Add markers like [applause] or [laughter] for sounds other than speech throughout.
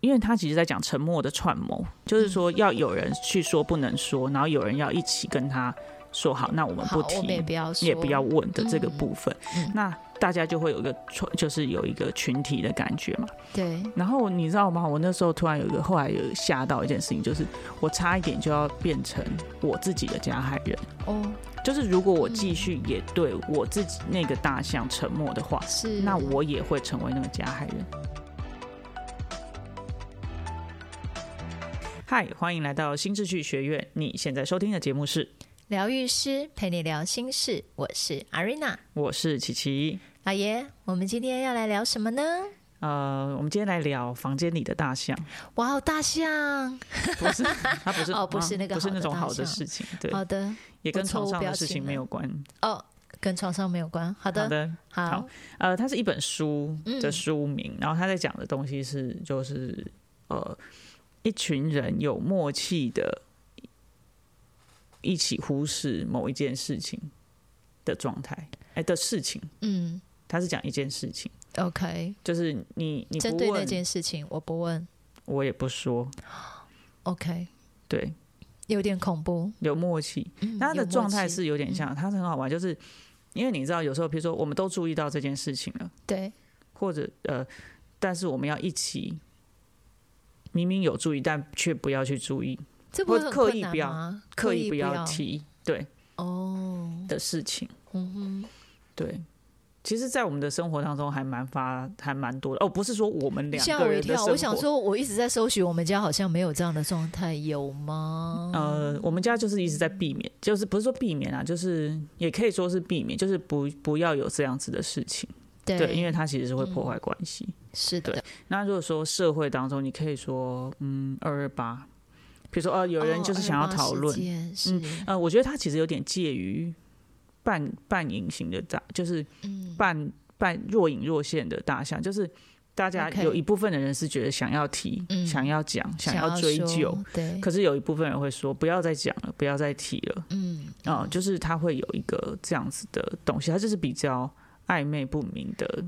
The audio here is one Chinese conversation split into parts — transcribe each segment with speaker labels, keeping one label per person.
Speaker 1: 因为他其实在讲沉默的串谋，
Speaker 2: 嗯
Speaker 1: 就是说要有人去说不能说，然后有人要一起跟他说好，那我们
Speaker 2: 好
Speaker 1: 不
Speaker 2: 我们也
Speaker 1: 提，
Speaker 2: 不要说，
Speaker 1: 也不要问的这个部分，
Speaker 2: 嗯
Speaker 1: 那大家就会有一个串，就是有一个群体的感觉嘛。
Speaker 2: 对，
Speaker 1: 然后你知道吗？我那时候突然有一个，后来有吓到一件事情，就是我差一点就要变成我自己的加害人。
Speaker 2: 哦，
Speaker 1: 就是如果我
Speaker 2: 嗯
Speaker 1: 继续也对我自己那个大象沉默的话，
Speaker 2: 是，
Speaker 1: 那我也会成为那个加害人。嗨，欢迎来到新秩序学院。你现在收听的节目是，
Speaker 2: 疗愈师陪你聊心事，我是 Arina
Speaker 1: 我是琪琪。
Speaker 2: 老爷，我们今天要来聊什么呢？
Speaker 1: 呃，我们今天来聊房间里的大象，
Speaker 2: 哇，哦，大象，
Speaker 1: 不是，它不是
Speaker 2: [laughs] 哦不是
Speaker 1: 啊
Speaker 2: 那个
Speaker 1: 不是
Speaker 2: 好的
Speaker 1: 那种
Speaker 2: 大
Speaker 1: 好的
Speaker 2: 象
Speaker 1: 事情，对，
Speaker 2: 好的，
Speaker 1: 也跟
Speaker 2: 我
Speaker 1: 床
Speaker 2: 错误
Speaker 1: 上的
Speaker 2: 标
Speaker 1: 事
Speaker 2: 记
Speaker 1: 情没
Speaker 2: 了
Speaker 1: 有关。
Speaker 2: 哦，跟创伤没有关，好
Speaker 1: 好
Speaker 2: 的，
Speaker 1: 的，
Speaker 2: 好
Speaker 1: 好呃，它是一本书
Speaker 2: 嗯
Speaker 1: 的书名，然后他在讲的东西是就是呃，一群人有默契的一起忽视某一件事情的状态，哎、的事情，
Speaker 2: 嗯
Speaker 1: 他是讲一件事情，
Speaker 2: ，OK，
Speaker 1: 就是你你
Speaker 2: 针
Speaker 1: 不
Speaker 2: 对那
Speaker 1: 问，
Speaker 2: 件事情，我不问
Speaker 1: 我也不说，
Speaker 2: ，OK，
Speaker 1: 对，
Speaker 2: 有点恐怖，
Speaker 1: 有默契。
Speaker 2: 嗯
Speaker 1: 他的
Speaker 2: 有默
Speaker 1: 状态
Speaker 2: 契嗯
Speaker 1: 是有点像，他是很好玩，就是因为你知道，有时候比如说我们都注意到这件事情了。
Speaker 2: 对，
Speaker 1: 或者呃，但是我们要一起，明明有注意，但却不要去注意，
Speaker 2: 这不会
Speaker 1: 或
Speaker 2: 很
Speaker 1: 刻
Speaker 2: 困
Speaker 1: 意
Speaker 2: 难
Speaker 1: 不要
Speaker 2: 吗？
Speaker 1: 刻
Speaker 2: 意
Speaker 1: 意
Speaker 2: 不
Speaker 1: 不要提对
Speaker 2: 哦，
Speaker 1: 的事情。
Speaker 2: 嗯哼，
Speaker 1: 对，其实，在我们的生活当中还蛮发还蛮多的哦，不是说我们两
Speaker 2: 吓
Speaker 1: 个
Speaker 2: 我一
Speaker 1: 人的
Speaker 2: 跳！
Speaker 1: 生活。
Speaker 2: 我想说，我一直在搜寻，我们家好像没有这样的状态，有吗？
Speaker 1: 呃，我们家就是一直在避免，就是不是说避免啊，就是也可以说是避免，就是不不要有这样子的事情。
Speaker 2: 对嗯
Speaker 1: 对，因为它其实是会破坏关系。
Speaker 2: 是的，
Speaker 1: 那如果说社会当中，你可以说，嗯，二二八，比如说，呃，有
Speaker 2: 哦
Speaker 1: 人就是想要讨论，
Speaker 2: 嗯，是
Speaker 1: 呃，我觉得它其实有点介于半半隐形的大，就是
Speaker 2: 嗯，
Speaker 1: 半半若隐若现的大象，就是大家
Speaker 2: OK
Speaker 1: 有一部分的人是觉得想要提、
Speaker 2: 嗯
Speaker 1: 想要讲、想
Speaker 2: 要
Speaker 1: 要追
Speaker 2: 说
Speaker 1: 究，，
Speaker 2: 对，
Speaker 1: 可是有一部分人会说不要再讲了，不要再提了
Speaker 2: 嗯，
Speaker 1: 啊、就是他会有一个这样子的东西，它就是比较暧昧不明的。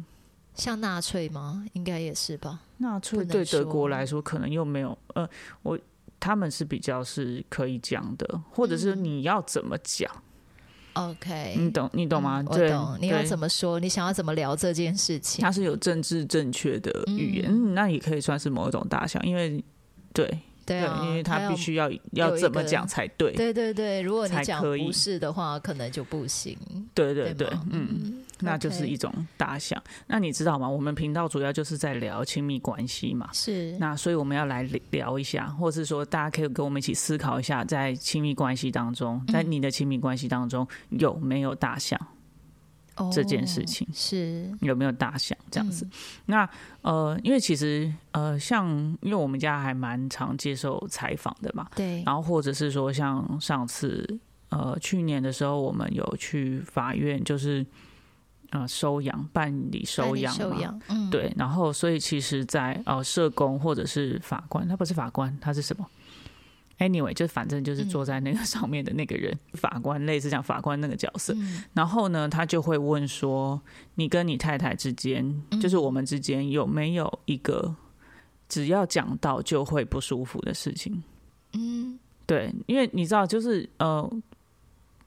Speaker 2: 像纳粹吗？应该也是吧。
Speaker 1: 纳粹
Speaker 2: 能
Speaker 1: 对德
Speaker 2: 说
Speaker 1: 国来说可能又没有，呃，我他们是比较是可以讲的，或者是
Speaker 2: 嗯
Speaker 1: 你要怎么讲，
Speaker 2: OK，
Speaker 1: 你懂你懂吗？
Speaker 2: 嗯我
Speaker 1: 对，
Speaker 2: 懂。你要
Speaker 1: 对
Speaker 2: 怎么说？你想要怎么聊这件事情？
Speaker 1: 它是有政治正确的语言，
Speaker 2: 嗯
Speaker 1: 嗯那也可以算是某一种大象，因为对
Speaker 2: 对啊，
Speaker 1: 因为
Speaker 2: 还
Speaker 1: 它
Speaker 2: 有
Speaker 1: 必。须要要怎么讲才对，
Speaker 2: 对对对，如果你
Speaker 1: 才
Speaker 2: 讲
Speaker 1: 可以
Speaker 2: 不是的话，可能就不行。
Speaker 1: 对对对
Speaker 2: 吗，
Speaker 1: 嗯，那就是一
Speaker 2: OK
Speaker 1: 种大象。那你知道吗？我们频道主要就是在聊亲密关系嘛，
Speaker 2: 是
Speaker 1: 那所以我们要来聊一下，或是说大家可以跟我们一起思考一下，在亲密关系当中，在
Speaker 2: 嗯
Speaker 1: 你的亲密关系当中有没有大象这件事
Speaker 2: 哦
Speaker 1: 情？
Speaker 2: 是
Speaker 1: 有没有大象这样子？
Speaker 2: 嗯
Speaker 1: 那呃，因为其实呃，像因为我们家还蛮常接受采访的嘛，
Speaker 2: 对，
Speaker 1: 然后或者是说像上次呃去年的时候，我们有去法院就是呃收养办理收
Speaker 2: 那你
Speaker 1: 养
Speaker 2: 收
Speaker 1: 嘛，
Speaker 2: 养，嗯，
Speaker 1: 对，然后所以其实在，呃社工或者是法官，他不是法官，他是什么？Anyway，就反正就是坐在那个上面的那个人，法官类似讲法官那个角色。
Speaker 2: 嗯
Speaker 1: 然后呢，他就会问说，你跟你太太之间，
Speaker 2: 嗯
Speaker 1: 就是我们之间有没有一个只要讲到就会不舒服的事情？
Speaker 2: 嗯，
Speaker 1: 对，因为你知道，就是呃，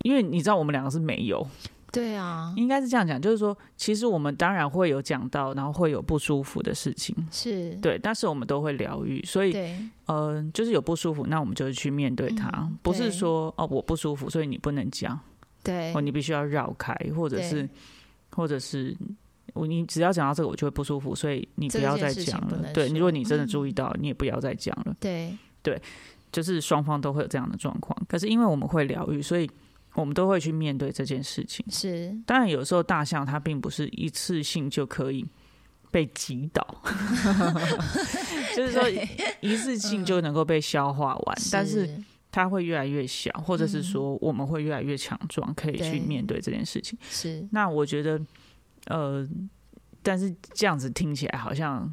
Speaker 1: 因为你知道我们两个是没有，
Speaker 2: 对啊，
Speaker 1: 应该是这样讲，就是说，其实我们当然会有讲到，然后会有不舒服的事情。
Speaker 2: 是，
Speaker 1: 对，但是我们都会疗愈，所以
Speaker 2: 对，
Speaker 1: 呃，就是有不舒服，那我们就去面对它，
Speaker 2: 嗯
Speaker 1: 不是
Speaker 2: 对
Speaker 1: 说哦我不舒服，所以你不能讲，
Speaker 2: 对，
Speaker 1: 哦你必须要绕开，或者
Speaker 2: 对
Speaker 1: 是或者是我你只要讲到这个我就会不舒服，所以你不
Speaker 2: 这
Speaker 1: 要
Speaker 2: 件
Speaker 1: 再
Speaker 2: 事情
Speaker 1: 讲
Speaker 2: 不
Speaker 1: 了。
Speaker 2: 能
Speaker 1: 对，
Speaker 2: 说嗯
Speaker 1: 如果你真的注意到，你也不要再讲了，
Speaker 2: 对，
Speaker 1: 就是双方都会有这样的状况。可是因为我们会疗愈，所以我们都会去面对这件事情。
Speaker 2: 是，
Speaker 1: 当然，有时候大象它并不是一次性就可以被击倒， [laughs] 就是说一次
Speaker 2: 嗯
Speaker 1: 性就能够被消化完，但是它会越来越小，或者是说我们会越来越强壮，可以去
Speaker 2: 嗯对
Speaker 1: 面对这件事情。
Speaker 2: 是
Speaker 1: 那我觉得，呃，但是这样子听起来好像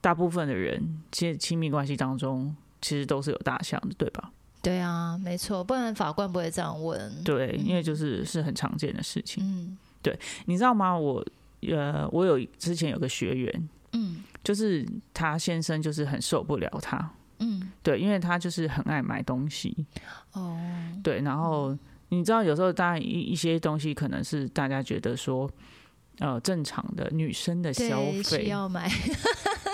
Speaker 1: 大部分的人，其实亲密关系当中其实都是有大象的，对吧？
Speaker 2: 对啊，没错，不然法官不会这样问。
Speaker 1: 对，因为
Speaker 2: 嗯
Speaker 1: 就是是很常见的事情。
Speaker 2: 嗯，
Speaker 1: 你知道吗？我呃，我有之前有个学员，
Speaker 2: 嗯
Speaker 1: 就是她先生就是很受不了她，
Speaker 2: 嗯，
Speaker 1: 对，因为她就是很爱买东西，
Speaker 2: 哦，
Speaker 1: 对，然后你知道有时候大家一一些东西可能是大家觉得说。呃，正常的女生的消
Speaker 2: 对，需
Speaker 1: 费，
Speaker 2: 要买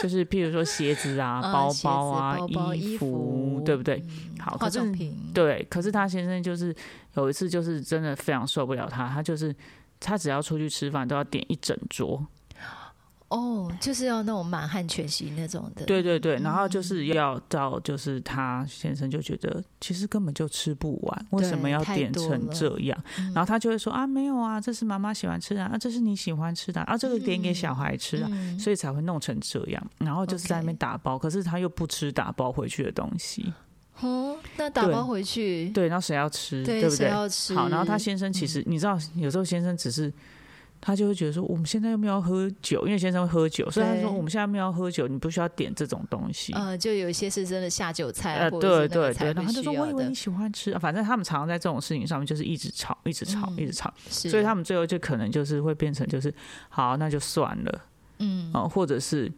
Speaker 1: 就是譬如说鞋子
Speaker 2: [laughs]
Speaker 1: 啊、
Speaker 2: 啊
Speaker 1: 包
Speaker 2: 鞋子
Speaker 1: 包啊、
Speaker 2: 包包
Speaker 1: 衣
Speaker 2: 衣
Speaker 1: 服
Speaker 2: 服，
Speaker 1: 对不对？
Speaker 2: 嗯
Speaker 1: 好
Speaker 2: 化
Speaker 1: 可是
Speaker 2: 妆品，
Speaker 1: 对，可是她先生就是有一次就是真的非常受不了她，她就是她只要出去吃饭都要点一整桌，
Speaker 2: 哦，就是要那种满汉全席那种的，嗯
Speaker 1: 对对对，然后就是要到就是她先生就觉得其实根本就吃不完，为什么
Speaker 2: 对
Speaker 1: 要
Speaker 2: 太
Speaker 1: 点
Speaker 2: 多
Speaker 1: 成
Speaker 2: 了
Speaker 1: 这样？
Speaker 2: 嗯，
Speaker 1: 然后她就会说啊没有啊，这是妈妈喜欢吃的啊，啊这是你喜欢吃的啊，啊这个点给小孩吃啊。
Speaker 2: 嗯
Speaker 1: 所以才会弄成这样，然后就是在那边
Speaker 2: OK
Speaker 1: 打包可是她又不吃打包回去的东西，
Speaker 2: 哦，那打
Speaker 1: 对
Speaker 2: 包回去，
Speaker 1: 对，那谁要吃，
Speaker 2: 对
Speaker 1: 不
Speaker 2: 谁
Speaker 1: 对？
Speaker 2: 要吃？嗯
Speaker 1: 好，然后他先生其实、你知道，有时候先生只是他就会觉得说，我们现在又没有要喝酒，因为先生会喝酒，所以他说
Speaker 2: 对
Speaker 1: 我们现在没有要喝酒，你不需要点这种东西。
Speaker 2: 呃，就有一些是真的下酒菜啊，
Speaker 1: 呃，
Speaker 2: 或
Speaker 1: 对
Speaker 2: 者是
Speaker 1: 对
Speaker 2: 那
Speaker 1: 对，
Speaker 2: 个才
Speaker 1: 然后
Speaker 2: 会
Speaker 1: 他就
Speaker 2: 需
Speaker 1: 说：“我
Speaker 2: 要
Speaker 1: 以为
Speaker 2: 的
Speaker 1: 你，喜欢吃啊。”反正他们常常在这种事情上面就是一直吵，一直吵，一直
Speaker 2: 嗯
Speaker 1: 吵，所
Speaker 2: 所
Speaker 1: 以他们最后就可能就是会变成就是好，那就算了
Speaker 2: 嗯，
Speaker 1: 啊、呃或者是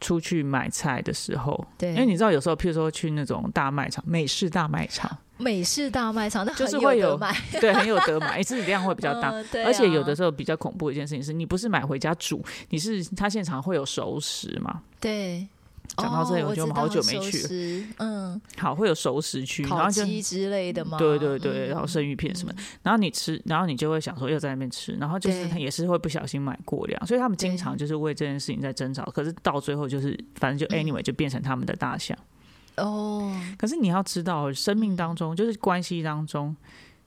Speaker 1: 出去买菜的时候，
Speaker 2: 对，
Speaker 1: 因为你知道有时候譬如说去那种大卖场，美式大卖
Speaker 2: [laughs]
Speaker 1: 场，
Speaker 2: 美式大卖场那
Speaker 1: 就是
Speaker 2: 很
Speaker 1: 会
Speaker 2: 有
Speaker 1: 有
Speaker 2: 得买
Speaker 1: 对，很有得买，一次量会比较大。
Speaker 2: 嗯对啊
Speaker 1: 而且有的时候比较恐怖的一件事情是，你不是买回家煮，你是它现场会有熟食嘛？
Speaker 2: 对。
Speaker 1: 讲到这里
Speaker 2: 哦
Speaker 1: 我觉得我们好久没去了
Speaker 2: 知道熟食嗯，
Speaker 1: 好，会有熟食区，然
Speaker 2: 烤
Speaker 1: 后就
Speaker 2: 鸡之类的吗？
Speaker 1: 对对对，
Speaker 2: 嗯
Speaker 1: 然后生鱼片什么的，然后你吃，然后你就会想说又在那边吃，然后就是
Speaker 2: 对
Speaker 1: 他也是会不小心买过量，所以他们经
Speaker 2: 对
Speaker 1: 常就是为这件事情在争吵，可是到最后就是反正就
Speaker 2: 嗯
Speaker 1: anyway 就变成他们的大象。
Speaker 2: 哦，
Speaker 1: 可是你要知道，生命当中就是关系当中，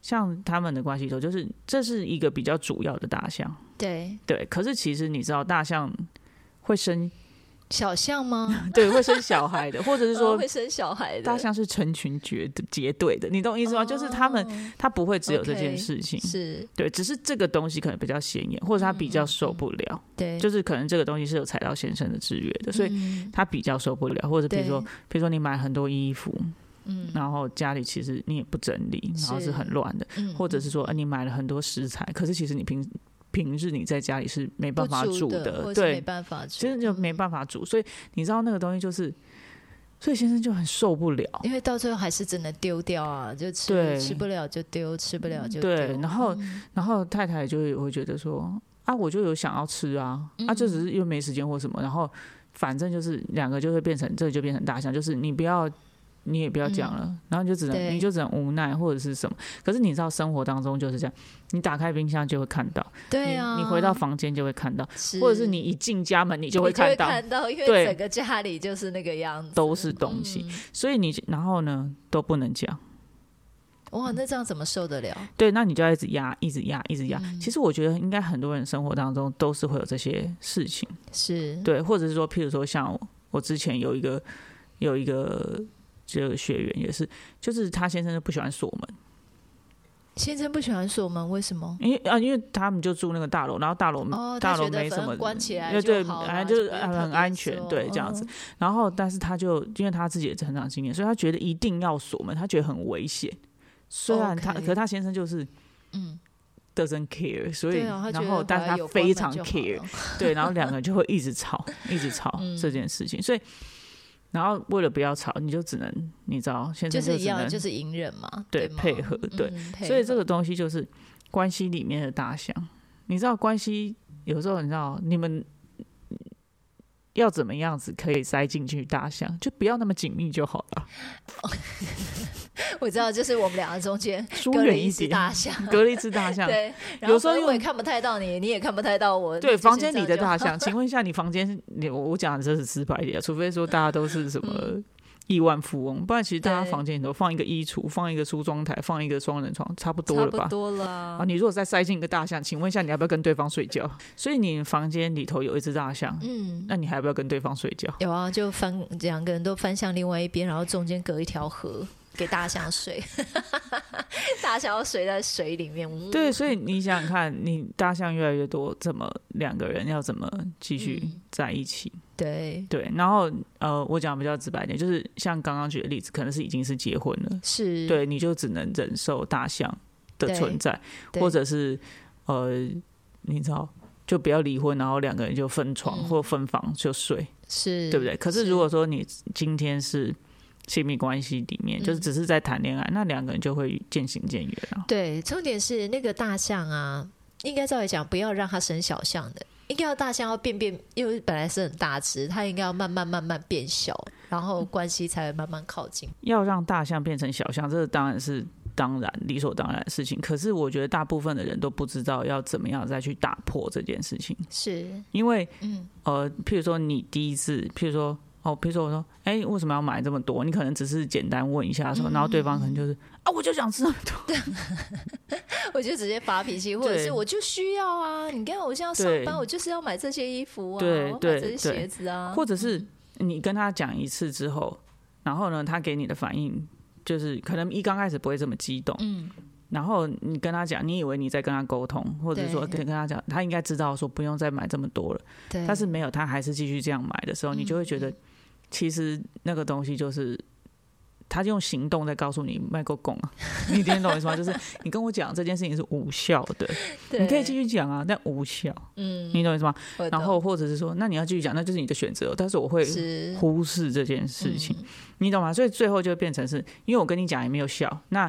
Speaker 1: 像他们的关系中，就是这是一个比较主要的大象，
Speaker 2: 对，
Speaker 1: 对。可是其实你知道，大象会生
Speaker 2: 小
Speaker 1: [laughs]
Speaker 2: 象吗？
Speaker 1: 对，会生小孩的，或者是
Speaker 2: 哦
Speaker 1: 说
Speaker 2: 会生小孩的，
Speaker 1: 大象是成群结队结队的，你懂我意思吗？就是他们
Speaker 2: 哦
Speaker 1: 他不会只有这件
Speaker 2: OK，
Speaker 1: 事情，
Speaker 2: 是
Speaker 1: 对，只是这个东西可能比较显眼，或者他比较
Speaker 2: 嗯
Speaker 1: 受不了，
Speaker 2: 对，
Speaker 1: 就是可能这个东西是有踩到先生的制约的，所以。
Speaker 2: 以
Speaker 1: 他比较受不了，或者比如说
Speaker 2: 嗯对，
Speaker 1: 比如说你买很多衣服，
Speaker 2: 嗯
Speaker 1: 然后家里其实你也不整理，然后是
Speaker 2: 是
Speaker 1: 很乱的，
Speaker 2: 嗯
Speaker 1: 或者是说、呃你买了很多食材，可是其实你平平日你在家里是没办法
Speaker 2: 不
Speaker 1: 煮
Speaker 2: 的，或是
Speaker 1: 对
Speaker 2: 没，办法煮，
Speaker 1: 其实就没
Speaker 2: 嗯，
Speaker 1: 办法煮，所以你知道那个东西就是，所以先生就很受不了，
Speaker 2: 因为到最后还是只能丢掉啊，就吃
Speaker 1: 对
Speaker 2: 吃不了就丢，吃不了就丢
Speaker 1: 对，然后
Speaker 2: 嗯
Speaker 1: 然后太太就也会觉得说啊，我就有想要吃啊，啊，就
Speaker 2: 嗯
Speaker 1: 只是又没时间或什么，然后反正就是两个就会变成，这就变成大象，就是你不要。你也不要讲了，然后你就只能
Speaker 2: 嗯对
Speaker 1: 你就只能无奈或者是什么。可是你知道生活当中就是这样，你打开冰箱就会看到，
Speaker 2: 对啊，
Speaker 1: 你你回到房间就会看到，
Speaker 2: 是
Speaker 1: 或者是你一进家门你就会
Speaker 2: 你就会
Speaker 1: 看到，
Speaker 2: 看到，因
Speaker 1: 对
Speaker 2: 为整个家里就是那个样子，
Speaker 1: 都是东西。所以你然后呢都不能讲，
Speaker 2: 嗯哇，那这样怎么受得了？
Speaker 1: 对，那你就要一直压，一直压，一直压。
Speaker 2: 嗯
Speaker 1: 其实我觉得应该很多人生活当中都是会有这些事情，
Speaker 2: 嗯是，
Speaker 1: 对，或者是说，譬如说像我我之前有一个有一个这个学员也是，就是他先生就不喜欢锁门，
Speaker 2: 先生不喜欢锁门，为什么？
Speaker 1: 因为啊，因为他们就住那个大楼，然后大楼、
Speaker 2: 哦，
Speaker 1: 嗯大
Speaker 2: 他
Speaker 1: 楼
Speaker 2: 觉得
Speaker 1: 没
Speaker 2: 反
Speaker 1: 什
Speaker 2: 正
Speaker 1: 么
Speaker 2: 关起来
Speaker 1: 对对，
Speaker 2: 好
Speaker 1: 哎
Speaker 2: 啦，
Speaker 1: 就是
Speaker 2: 不用
Speaker 1: 啊
Speaker 2: 特
Speaker 1: 很
Speaker 2: 别
Speaker 1: 安全
Speaker 2: 说，
Speaker 1: 对，这样子
Speaker 2: 嗯。
Speaker 1: 然后，但是他就因为他自己的成长经验，所以他觉得一定要锁门，他觉得很危险。虽然他
Speaker 2: OK
Speaker 1: 可是他先生就是
Speaker 2: 嗯，
Speaker 1: doesn't care，所以、
Speaker 2: 对啊，他觉
Speaker 1: 然
Speaker 2: 得
Speaker 1: 后
Speaker 2: 回
Speaker 1: 但
Speaker 2: 来
Speaker 1: 是他
Speaker 2: 有关
Speaker 1: 非
Speaker 2: 门
Speaker 1: 常
Speaker 2: 就好
Speaker 1: care，
Speaker 2: [laughs] 了
Speaker 1: 对，然后两个人就会一直吵，一直吵
Speaker 2: [laughs] 嗯
Speaker 1: 这件事情，所以。然后为了不要吵，你就只能你知道，先生
Speaker 2: 就是一
Speaker 1: 只能
Speaker 2: 样，就是隐忍嘛，
Speaker 1: 对
Speaker 2: 吗
Speaker 1: 配合对，
Speaker 2: 嗯
Speaker 1: 所以这，
Speaker 2: 配
Speaker 1: 个
Speaker 2: 合
Speaker 1: 东西就是关系里面的大象。你知道关系有时候你知道你们要怎么样子可以塞进去大象，就不要那么紧密就好了，
Speaker 2: 我知道，就是我们两个中间
Speaker 1: 疏
Speaker 2: 隔了
Speaker 1: 远一
Speaker 2: 一只
Speaker 1: 点，
Speaker 2: 大象，
Speaker 1: 隔了一只
Speaker 2: [laughs]
Speaker 1: 大象。
Speaker 2: 对，然
Speaker 1: 有
Speaker 2: 后
Speaker 1: 时候
Speaker 2: 反正
Speaker 1: 又
Speaker 2: 我也看不太到你，你也看不太到我，
Speaker 1: 对，
Speaker 2: 就是
Speaker 1: 房间里
Speaker 2: 这样
Speaker 1: 的
Speaker 2: 就
Speaker 1: 大
Speaker 2: 好
Speaker 1: 象，请问一下，你房间你我我讲的这是直白一点，除非说大家都是什么亿万富翁，不然其实大家
Speaker 2: 嗯对
Speaker 1: 房间里头放一个衣橱，放一个梳妆台，放一个双人床，差不多
Speaker 2: [laughs] 差
Speaker 1: 了吧
Speaker 2: 不？多了
Speaker 1: 啊，
Speaker 2: 啊，
Speaker 1: 你如果再塞进一个大象，请问一下，你要不要跟对方睡觉？所以你房间里头有一只大象，
Speaker 2: 嗯。
Speaker 1: 那你还要不要跟对方睡觉？
Speaker 2: 有啊，就翻两个人都翻向另外一边，然后中间隔一条河给大象水， [laughs] 大象要水在水里面。呜
Speaker 1: 对，，所以你想想看，你大象越来越多，怎么两个人要怎么继续
Speaker 2: 嗯
Speaker 1: 在一起？
Speaker 2: 对，
Speaker 1: 对，然后呃，我讲比较直白一点，就是像刚刚举的例子，可能是已经是结婚了，
Speaker 2: 是，
Speaker 1: 对，你就只能忍受大象的
Speaker 2: 对
Speaker 1: 存在，
Speaker 2: 对
Speaker 1: 或者是呃，你知道就不要离婚，然后两个人就分床
Speaker 2: 嗯
Speaker 1: 或分房就睡，
Speaker 2: 是，
Speaker 1: 对不对？可是如果说你今天是亲密关系里面，就是
Speaker 2: 嗯
Speaker 1: 只是在谈恋爱，那两个人就会渐行渐远啊。
Speaker 2: 对，重点是那个大象啊，应该照理讲不要让它生小象的，应该要大象要变变，因为本来是很大只，它应该要慢慢慢慢变小，然后关系才会慢慢靠近。
Speaker 1: 要让大象变成小象，这当然是当然理所当然的事情。可是我觉得大部分的人都不知道要怎么样再去打破这件事情，
Speaker 2: 是，
Speaker 1: 因为
Speaker 2: 嗯，
Speaker 1: 呃，譬如说你第一次，譬如说哦，譬如说我说，哎、为什么要买这么多？你可能只是简单问一下
Speaker 2: 嗯
Speaker 1: 什么，然后对方可能就是啊，我就想吃那么多。
Speaker 2: 我就直接发脾气，或者是我就需要啊！你看我现在要上
Speaker 1: 对
Speaker 2: 班，我就是要买这些衣服啊，
Speaker 1: 对
Speaker 2: 我要买
Speaker 1: 对
Speaker 2: 这些鞋子啊，
Speaker 1: 或者是你跟他讲一次之后，然后呢，他给你的反应就是可能一刚开始不会这么激动，
Speaker 2: 嗯，
Speaker 1: 然后你跟他讲，你以为你在跟他沟通，或者说
Speaker 2: 对
Speaker 1: 跟跟他讲，他应该知道说不用再买这么多了，
Speaker 2: 对，嗯
Speaker 1: 但是没有，他还是继续这样买的时候，你就会觉得其实那个东西就是。他就用行动在告诉你卖够供啊， [laughs] 你听懂我意思吗？就是你跟我讲这件事情是无效的，
Speaker 2: 对
Speaker 1: 你可以继，续讲啊，但无效，
Speaker 2: 嗯，
Speaker 1: 你懂我意思吗？
Speaker 2: 我
Speaker 1: 然
Speaker 2: 懂
Speaker 1: 后或者是说，那你要继续讲，那就是你的选择，但是我会
Speaker 2: 是
Speaker 1: 忽视这件事情，
Speaker 2: 嗯
Speaker 1: 你懂吗？所以最后就变成是因为我跟你讲也没有效，那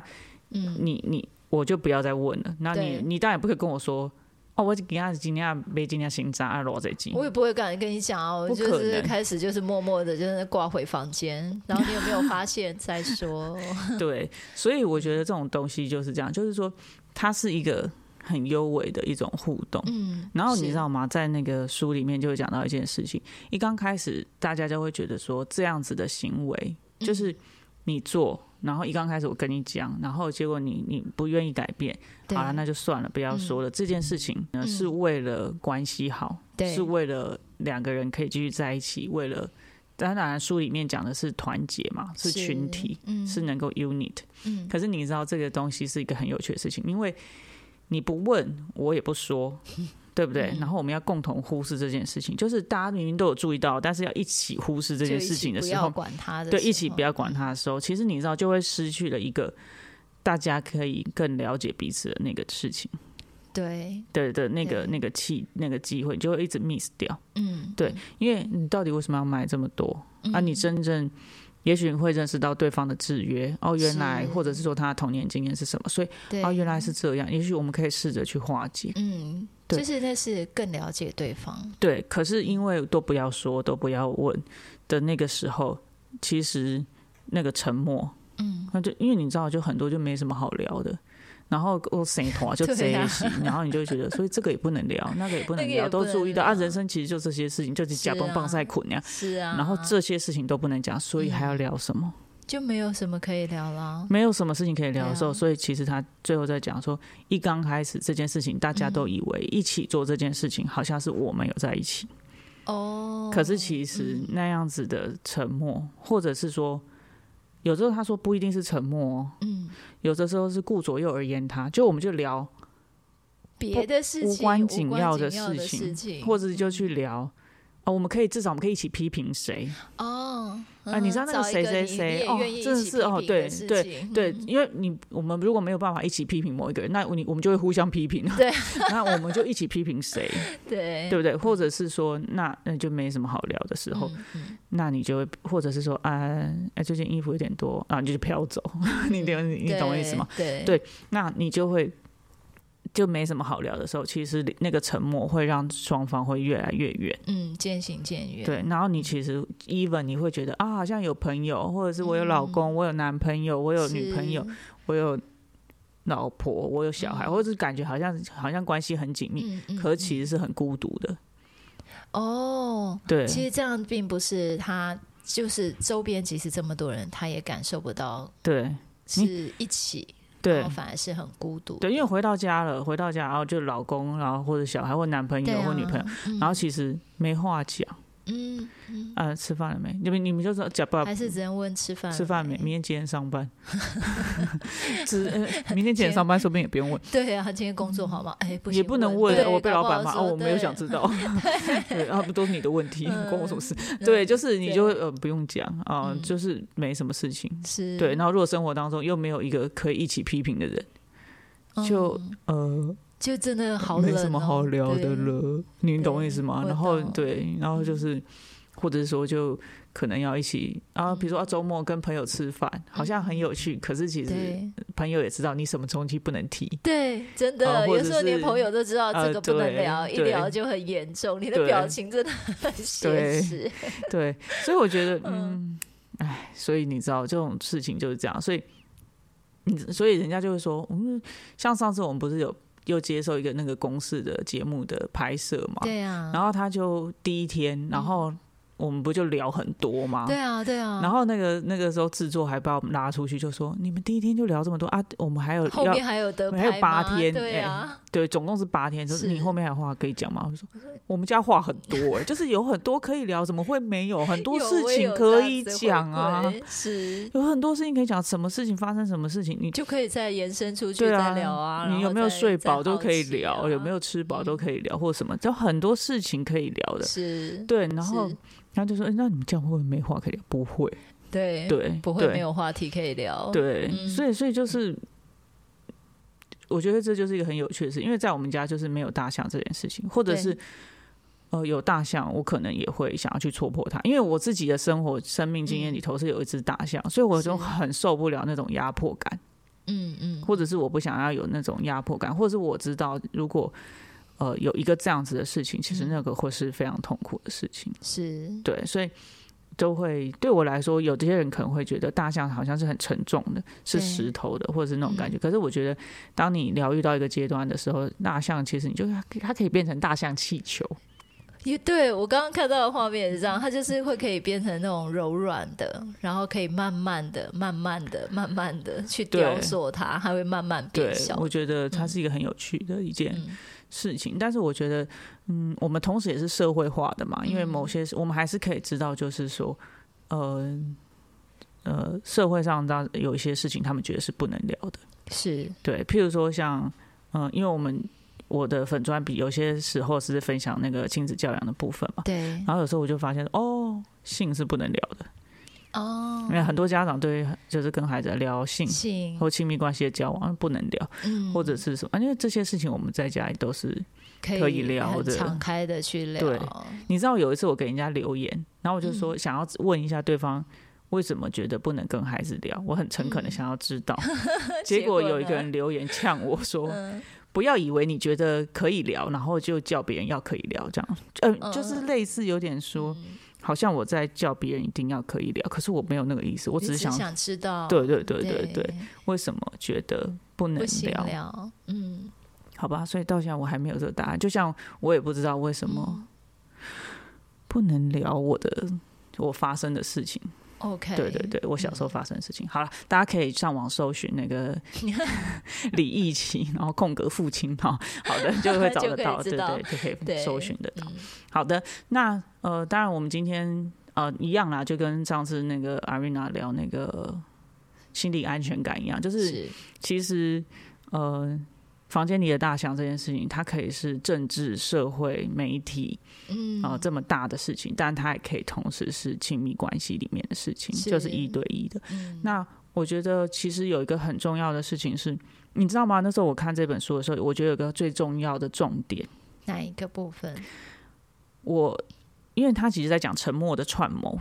Speaker 2: 嗯，
Speaker 1: 你你我就不要再问了。那你
Speaker 2: 对
Speaker 1: 你当然不可以跟我说哦，我今天今天没今天新扎啊，罗这斤。
Speaker 2: 我也不会敢跟你讲啊，我
Speaker 1: 不
Speaker 2: 就
Speaker 1: 可
Speaker 2: 是
Speaker 1: 能
Speaker 2: 开始就是默默的，就是挂回房间，然后你有没有发现
Speaker 1: [laughs]
Speaker 2: 再说？
Speaker 1: 对，所以我觉得这种东西就是这样，就是说它是一个很优美的一种互动。
Speaker 2: 嗯，
Speaker 1: 然后你
Speaker 2: 是
Speaker 1: 知道吗？在那个书里面就会讲到一件事情，一刚开始大家就会觉得说这样子的行为
Speaker 2: 嗯
Speaker 1: 就是你做，然后一刚开始我跟你讲，然后结果你你不愿意改变，
Speaker 2: 对
Speaker 1: 好了，那就算了，不要说了。这件事情呢，
Speaker 2: 嗯
Speaker 1: 是为了关系好，
Speaker 2: 对
Speaker 1: 是为了两个人可以继续在一起，为了当然书里面讲的是团结嘛，是群体，，
Speaker 2: 嗯，
Speaker 1: 是能够 unit。
Speaker 2: 嗯，
Speaker 1: 可是你知道这个东西是一个很有趣的事情，因为你不问我也不说，对不对？然后我们要共同忽视这件事情，就是大家明明都有注意到，但是要一起忽视这件
Speaker 2: 就一
Speaker 1: 事
Speaker 2: 起
Speaker 1: 情的
Speaker 2: 不
Speaker 1: 时
Speaker 2: 要
Speaker 1: 候，
Speaker 2: 管他的，
Speaker 1: 对，一起不要管。他的时候，其实你知道就会失去了一个大家可以更了解彼此的那个事情，
Speaker 2: 对，
Speaker 1: 对的那个
Speaker 2: 对
Speaker 1: 那个气那个机会，你就会一直 miss 掉。
Speaker 2: 嗯，
Speaker 1: 对，因为你到底为什么要买这么多？啊，你真正。也许你会认识到对方的制约哦，原来
Speaker 2: 是
Speaker 1: 或者是说他的童年经验是什么，所以
Speaker 2: 对
Speaker 1: 哦，原来是这样。也许我们可以试着去化解，
Speaker 2: 嗯，
Speaker 1: 对
Speaker 2: 就是那是更了解对方，
Speaker 1: 对。可是因为都不要说，都不要问的那个时候，其实那个沉默，
Speaker 2: 嗯，
Speaker 1: 那就因为你知道，就很多就没什么好聊的。然后我谁团就这
Speaker 2: [laughs] 对啊
Speaker 1: 一些，然后你就会觉得，所以这个也不能聊，那个也不能
Speaker 2: 那个也
Speaker 1: 聊，
Speaker 2: 不
Speaker 1: 都
Speaker 2: 能
Speaker 1: 注意到啊，
Speaker 2: 聊
Speaker 1: 人生其实就这些事情，就是
Speaker 2: 是
Speaker 1: 假崩
Speaker 2: 啊
Speaker 1: 棒赛捆呀。
Speaker 2: 是啊，嗯
Speaker 1: 然后这些事情都不能讲，所以还要聊什么？
Speaker 2: 就没有什么可以聊啦。
Speaker 1: 没有什么事情可以聊的时候，
Speaker 2: 哦对啊
Speaker 1: 所以其实他最后在讲说，一刚开始这件事情，大家都以为一起做这件事情，好像是我们有在一起，
Speaker 2: 哦，
Speaker 1: 可是其实那样子的沉默，或者是说，有时候他说不一定是沉默、哦，
Speaker 2: 嗯，
Speaker 1: 有的时候是顾左右而言他，就我们就聊，
Speaker 2: 别的事情
Speaker 1: 无关紧要的
Speaker 2: 的
Speaker 1: 事情
Speaker 2: 情，
Speaker 1: 或者就去聊。啊，我们可以至少我们可以一起批评谁？
Speaker 2: 哦，
Speaker 1: 啊你知道那个
Speaker 2: 找一
Speaker 1: 谁谁
Speaker 2: 你
Speaker 1: 谁
Speaker 2: 你也
Speaker 1: 哦
Speaker 2: 愿意
Speaker 1: 真的
Speaker 2: 一起
Speaker 1: 是
Speaker 2: 批
Speaker 1: 哦
Speaker 2: 评
Speaker 1: 对
Speaker 2: 的事
Speaker 1: 对
Speaker 2: 情
Speaker 1: 对，因为你我们如果没有办法一起批评某一个人，那你我们就会互相批评。
Speaker 2: 对，
Speaker 1: [laughs] 那我们就一起批评谁，
Speaker 2: 对
Speaker 1: 对不对？或者是说，那那就没什么好聊的时候，
Speaker 2: 嗯嗯
Speaker 1: 那你就会，或者是说，啊，哎，最近衣服有点多，啊，你就飘走，你懂你你懂我意思吗？？
Speaker 2: 嗯对
Speaker 1: 对那你就会就没什么好聊的时候，其实那个沉默会让双方会越来越远，
Speaker 2: 嗯，渐行渐远。
Speaker 1: 对。然后你其实 even 你会觉得啊，好像有朋友，或者是我有老公，我有男朋友，我有女朋友，
Speaker 2: 嗯是，
Speaker 1: 我有老婆，我有小孩，
Speaker 2: 嗯
Speaker 1: 或者是感觉好像好像关系很紧密，
Speaker 2: 嗯嗯
Speaker 1: 可
Speaker 2: 嗯
Speaker 1: 其实是很孤独的，
Speaker 2: 哦，
Speaker 1: 对。
Speaker 2: 其实这样并不是他，就是周边其实这么多人，他也感受不到
Speaker 1: 对
Speaker 2: 是一起，
Speaker 1: 对
Speaker 2: 然后反而是很孤独。
Speaker 1: 对，因为回到家了，回到家，然后就老公，然后或者小孩或男朋
Speaker 2: 对
Speaker 1: 友
Speaker 2: 啊，
Speaker 1: 或女朋友，然后其实没话讲，
Speaker 2: 嗯嗯，
Speaker 1: 啊，吃饭了没？你们你们就说讲不
Speaker 2: 还是只能问吃饭了
Speaker 1: 啊吃饭没？明天几点上班？ [laughs]
Speaker 2: [laughs]
Speaker 1: 只、呃、明天几点上班，说不定也不用问，
Speaker 2: 对啊，今天工作好吗？哎，不
Speaker 1: 嗯
Speaker 2: 行
Speaker 1: 也不能
Speaker 2: 问，对
Speaker 1: 我被老
Speaker 2: 搞不
Speaker 1: 板
Speaker 2: 好
Speaker 1: 骂
Speaker 2: 说
Speaker 1: 哦，我没有
Speaker 2: 对
Speaker 1: 想知
Speaker 2: [laughs]
Speaker 1: 道， [laughs] 对，啊，不都是你的问题，关我什么事？
Speaker 2: 嗯
Speaker 1: 对，就是你
Speaker 2: 对
Speaker 1: 就会呃不用讲啊、
Speaker 2: 嗯
Speaker 1: 就是没什么事情。
Speaker 2: 是
Speaker 1: 对，然后如果生活当中又没有一个可以一起批评的人，就
Speaker 2: 嗯
Speaker 1: 呃，
Speaker 2: 就真的好冷、哦，
Speaker 1: 没什么好聊的
Speaker 2: 对。
Speaker 1: 了，你懂我意思吗？
Speaker 2: 我
Speaker 1: 然后
Speaker 2: 懂嗯
Speaker 1: 对，然后就是，或者是说就可能要一起啊，比如说啊周末跟朋友吃饭，好像很有趣，可是其实
Speaker 2: 对
Speaker 1: 朋友也知道你什么东西不能提，
Speaker 2: 对，真的，
Speaker 1: 啊或者
Speaker 2: 有时候连
Speaker 1: 是
Speaker 2: 朋友都知道这
Speaker 1: 呃
Speaker 2: 个不能
Speaker 1: 对
Speaker 2: 聊，一
Speaker 1: 对
Speaker 2: 聊就很严重。你的
Speaker 1: 对
Speaker 2: 表情真的很写
Speaker 1: 对
Speaker 2: 实。
Speaker 1: 对，所以我觉
Speaker 2: [laughs]
Speaker 1: 得，嗯，哎，所以你知道这种事情就是这样，所以你所以人家就会说，嗯，像上次我们不是有又接受一个那个公式的节目的拍摄嘛，
Speaker 2: 对啊，
Speaker 1: 然后他就第一天，然后我们不就聊很多吗？
Speaker 2: 对啊，对啊。
Speaker 1: 然后那个那个时候制作还把我们拉出去，就说你们第一天就聊这么多啊，我们还有
Speaker 2: 后
Speaker 1: 要
Speaker 2: 面还有得
Speaker 1: 还有
Speaker 2: 拍
Speaker 1: 八
Speaker 2: 吗
Speaker 1: 天
Speaker 2: 对
Speaker 1: 哎
Speaker 2: 啊，
Speaker 1: 对，总共是八天，就是
Speaker 2: 是
Speaker 1: 你后面还有话可以讲吗？我就说我们家话很多、
Speaker 2: [laughs]
Speaker 1: 欸，就是有很多可以聊，怎么会没有？很多
Speaker 2: 有
Speaker 1: 事
Speaker 2: 我也
Speaker 1: 情
Speaker 2: 有
Speaker 1: 可
Speaker 2: 这
Speaker 1: 以
Speaker 2: 样子
Speaker 1: 讲
Speaker 2: 回
Speaker 1: 啊，
Speaker 2: 馈是。
Speaker 1: 有很多事情可以讲，什么事情发生，什么事情你
Speaker 2: 就可以再延伸出去
Speaker 1: 对
Speaker 2: 再
Speaker 1: 啊
Speaker 2: 聊啊，然
Speaker 1: 你有
Speaker 2: 后
Speaker 1: 没有
Speaker 2: 再
Speaker 1: 睡
Speaker 2: 再
Speaker 1: 饱都
Speaker 2: 好
Speaker 1: 可以
Speaker 2: 奇
Speaker 1: 聊，
Speaker 2: 啊嗯
Speaker 1: 有没有吃饱都可以聊，或什么，就很多事情可以聊的。
Speaker 2: 是？
Speaker 1: 对，然后
Speaker 2: 是
Speaker 1: 然后就说、欸那你们这样会不会没话可以聊？不会，
Speaker 2: 对，
Speaker 1: 对，
Speaker 2: 哎不会
Speaker 1: 对
Speaker 2: 没有话题可以聊。
Speaker 1: 对，
Speaker 2: 嗯
Speaker 1: 所以所以就是，我觉得这就是一个很有趣的事，因为在我们家就是没有大象这件事情，或者
Speaker 2: 对
Speaker 1: 是呃有大象，我可能也会想要去戳破它，因为我自己的生活生命经
Speaker 2: 嗯
Speaker 1: 验里头是有一只大象，所以我就是很受不了那种压迫感，
Speaker 2: 嗯嗯，
Speaker 1: 或者是我不想要有那种压迫感，或者是我知道如果。呃，有一个这样子的事情，其实
Speaker 2: 嗯
Speaker 1: 那个会是非常痛苦的事情。
Speaker 2: 是
Speaker 1: 对，所以都会对我来说，有这些人可能会觉得大象好像是很沉重的，是
Speaker 2: 对嗯
Speaker 1: 石头的，或者是那种感觉。可是我觉得，当你疗愈到一个阶段的时候，大象其实你就它可以它可以变成大象气球，
Speaker 2: 也对我刚刚看到的画面也是这样，它就是会可以变成那种柔软的，然后可以慢慢的、慢慢的、慢慢的去雕
Speaker 1: 对
Speaker 2: 塑它，它会慢慢
Speaker 1: 对
Speaker 2: 变小，。
Speaker 1: 我觉得它是一个很有趣的一件
Speaker 2: 嗯
Speaker 1: 事情。但是我觉得，嗯，我们同时也是社会化的嘛，因为
Speaker 2: 嗯
Speaker 1: 某些我们还是可以知道，就是说，呃。呃，社会上当有一些事情，他们觉得是不能聊的，
Speaker 2: 是
Speaker 1: 对，譬如说像，嗯、因为我们我的粉砖比有些时候是分享那个亲子教养的部分嘛，
Speaker 2: 对
Speaker 1: 然后有时候我就发现，哦，性是不能聊的，
Speaker 2: 哦
Speaker 1: 因，为很多家长对于就是跟孩子聊性
Speaker 2: 性
Speaker 1: 嗯或亲密关系的交往不能聊，
Speaker 2: 嗯，
Speaker 1: 或者是什么，因为这些事情我们在家里都是，
Speaker 2: 可
Speaker 1: 可以聊
Speaker 2: 很
Speaker 1: 的
Speaker 2: 敞开的去聊，
Speaker 1: 对你知道有一次我给人家留言，然后我就说想要问一下对方。为什么觉得不能跟孩子聊？我很诚恳的想要知道，嗯 [laughs] 结果有一个人留言呛我说：“
Speaker 2: 嗯，
Speaker 1: [laughs] 不要以为你觉得可以聊，然后就叫别人要可以聊，这样，呃，
Speaker 2: 嗯
Speaker 1: 就是类似有点说，
Speaker 2: 嗯
Speaker 1: 好像我在叫别人一定要可以聊，可是我没有那个意思，我
Speaker 2: 我
Speaker 1: 只是想，
Speaker 2: 想知道，
Speaker 1: 对对对对
Speaker 2: 对
Speaker 1: 对，为什么觉得不能
Speaker 2: 不行
Speaker 1: 聊？
Speaker 2: 聊，嗯，
Speaker 1: 好吧，所以到现在我还没有这个答案，就像我也不知道为什
Speaker 2: 嗯
Speaker 1: 么不能聊我的。我发生的事情，
Speaker 2: OK，
Speaker 1: 对对
Speaker 2: 嗯
Speaker 1: 对，我小时候发生的事情。好了，大家可以上网搜寻那个
Speaker 2: [laughs]
Speaker 1: 李义奇，然后空格父亲哈，好
Speaker 2: [laughs]
Speaker 1: 的就会找得
Speaker 2: 就可以
Speaker 1: 到，
Speaker 2: 知
Speaker 1: 对
Speaker 2: 道
Speaker 1: 对，就可
Speaker 2: 对
Speaker 1: 以搜寻得到。
Speaker 2: 嗯
Speaker 1: 好的，那呃，当然我们今天呃一样啦，就跟上次那个 Arena 聊那个心理安全感一样，就是
Speaker 2: 是
Speaker 1: 其实呃，房间里的大象这件事情，它可以是政治、社会、媒体
Speaker 2: 嗯
Speaker 1: 啊、呃、这么大的事情，但它也可以同时是亲密关系里面的事情，
Speaker 2: 是
Speaker 1: 就是一对一的。
Speaker 2: 嗯
Speaker 1: 那我觉得其实有一个很重要的事情是，你知道吗？那时候我看这本书的时候，我觉得有个最重要的重点。
Speaker 2: 哪一个部分？
Speaker 1: 我因为他其实在讲沉默的串谋，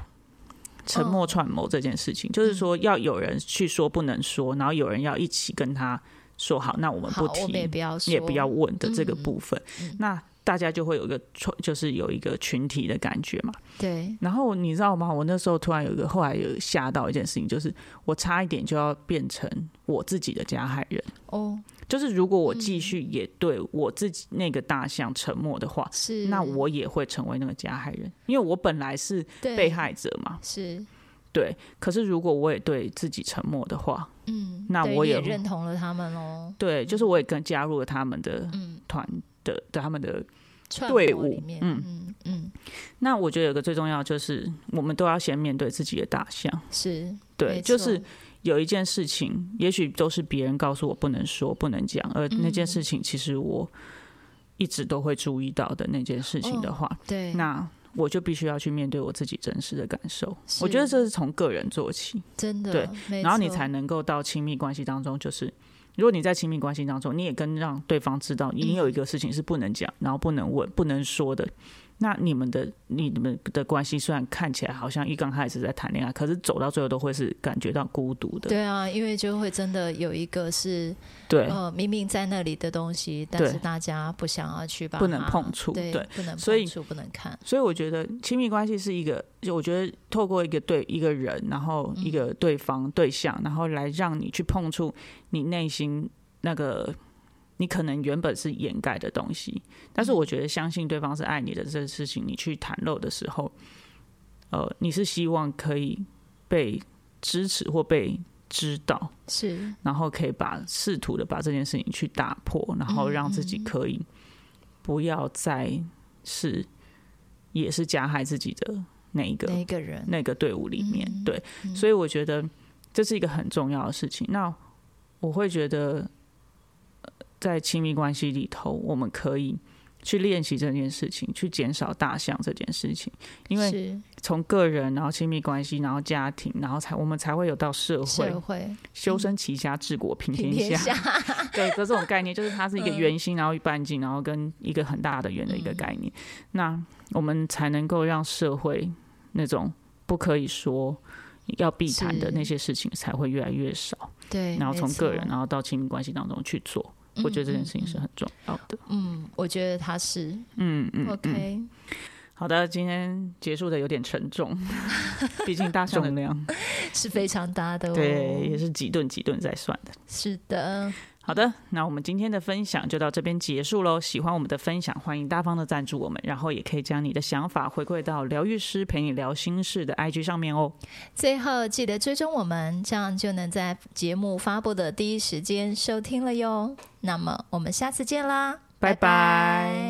Speaker 1: 沉默串谋这件事
Speaker 2: 嗯
Speaker 1: 情，就是说要有人去说不能说，然后有人要一起跟他说好，那我们
Speaker 2: 好，
Speaker 1: 不
Speaker 2: 我
Speaker 1: 提，
Speaker 2: 们也不要说，嗯
Speaker 1: 也不要问的这个部分，那大家就会有一个串，就是有一个群体的感觉嘛。
Speaker 2: 对，
Speaker 1: 然后你知道吗？我那时候突然有一个，后来有吓到一件事情，就是我差一点就要变成我自己的加害人。
Speaker 2: 哦，
Speaker 1: 就是如果我继续
Speaker 2: 嗯
Speaker 1: 也对我自己那个大象沉默的话，
Speaker 2: 是，
Speaker 1: 那我也会成为那个加害人，因为我本来是
Speaker 2: 对
Speaker 1: 被害者嘛。
Speaker 2: 是，
Speaker 1: 对，可是如果我也对自己沉默的话，
Speaker 2: 嗯，
Speaker 1: 那
Speaker 2: 对
Speaker 1: 我
Speaker 2: 你也
Speaker 1: 也
Speaker 2: 认同了他们哦，
Speaker 1: 对，就是我也跟加入了他们的
Speaker 2: 嗯，
Speaker 1: 团的的他们的。
Speaker 2: 串
Speaker 1: 队
Speaker 2: 伙里
Speaker 1: 伍
Speaker 2: 面，嗯
Speaker 1: 嗯
Speaker 2: 嗯，
Speaker 1: 那我觉得有个最重要就是，我们都要先面对自己的大象。
Speaker 2: 是，
Speaker 1: 对，
Speaker 2: 没
Speaker 1: 就是
Speaker 2: 错
Speaker 1: 有一件事情，也许都是别人告诉我不能说、不能讲，而那
Speaker 2: 嗯
Speaker 1: 件事情其实我一直都会注意到的那件事情的话，
Speaker 2: 哦对，
Speaker 1: 那我就必须要去面对我自己真实的感受。
Speaker 2: 是
Speaker 1: 我觉得这是从个人做起，
Speaker 2: 真的，
Speaker 1: 对
Speaker 2: 没
Speaker 1: 然后你
Speaker 2: 错
Speaker 1: 才能够到亲密关系当中，就是如果你在亲密关系当中，你也跟让对方知道，你有
Speaker 2: 嗯
Speaker 1: 一个事情是不能讲，然后不能问、不能说的。那你们的、你们的关系虽然看起来好像一刚开始在谈恋爱，可是走到最后都会是感觉到孤独的。
Speaker 2: 对啊，因为就会真的有一个是
Speaker 1: 对，
Speaker 2: 呃明明在那里的东西，但
Speaker 1: 对
Speaker 2: 是大家不想要去把它
Speaker 1: 不能碰触
Speaker 2: 对，
Speaker 1: 对
Speaker 2: 不能
Speaker 1: 所以
Speaker 2: 碰触，不能看，
Speaker 1: 所以我觉得亲密关系是一个，就我觉得透过一个对一个人，然后一个对方对象，然后来让你去碰触你内心那个你可能原本是掩盖的东西。但是我觉得相信对方是爱你的这个事情，你去袒露的时候，呃，你是希望可以被支持或被知道，
Speaker 2: 是
Speaker 1: 然后可以把试图的把这件事情去打破，然后让自己可以不要再是也是加害自己的那一个
Speaker 2: 那一个人，
Speaker 1: 那个队伍里面。对，所以我觉得这是一个很重要的事情。那我会觉得，呃在亲密关系里头，我们可以去练习这件事情，去减少大象这件事情，因为
Speaker 2: 是
Speaker 1: 从个人，然后亲密关系，然后家庭，然后才我们才会有到社会
Speaker 2: 社，会
Speaker 1: 修身齐家治国平
Speaker 2: 平
Speaker 1: 天
Speaker 2: 天
Speaker 1: 下。
Speaker 2: 下，
Speaker 1: [laughs]
Speaker 2: 嗯
Speaker 1: 对的这种概念，就是它是一个圆心，然后一半径，然后跟一个很大的圆的一个概念。
Speaker 2: 嗯
Speaker 1: 那我们才能够让社会那种不可以说要避谈的
Speaker 2: 是
Speaker 1: 那些事情才会越来越少，
Speaker 2: 对，
Speaker 1: 然后从
Speaker 2: 没错
Speaker 1: 个人，然后到亲密关系当中去做。我觉得这件事情是很重要的。
Speaker 2: 嗯，我觉得他是
Speaker 1: 嗯嗯
Speaker 2: OK，
Speaker 1: 好的，今天结束的有点沉
Speaker 2: [laughs]
Speaker 1: 重，毕竟大象的量，
Speaker 2: 是非常搭的哦，
Speaker 1: 对，也是几顿几顿在算的。
Speaker 2: 是的，
Speaker 1: 好的，那我们今天的分享就到这边结束喽。喜欢我们的分享，欢迎大方的赞助我们，然后也可以将你的想法回馈到疗愈师陪你聊心事的 IG 上面哦。
Speaker 2: 最后记得追踪我们，这样就能在节目发布的第一时间收听了哟。那么我们下次见啦，
Speaker 1: 拜拜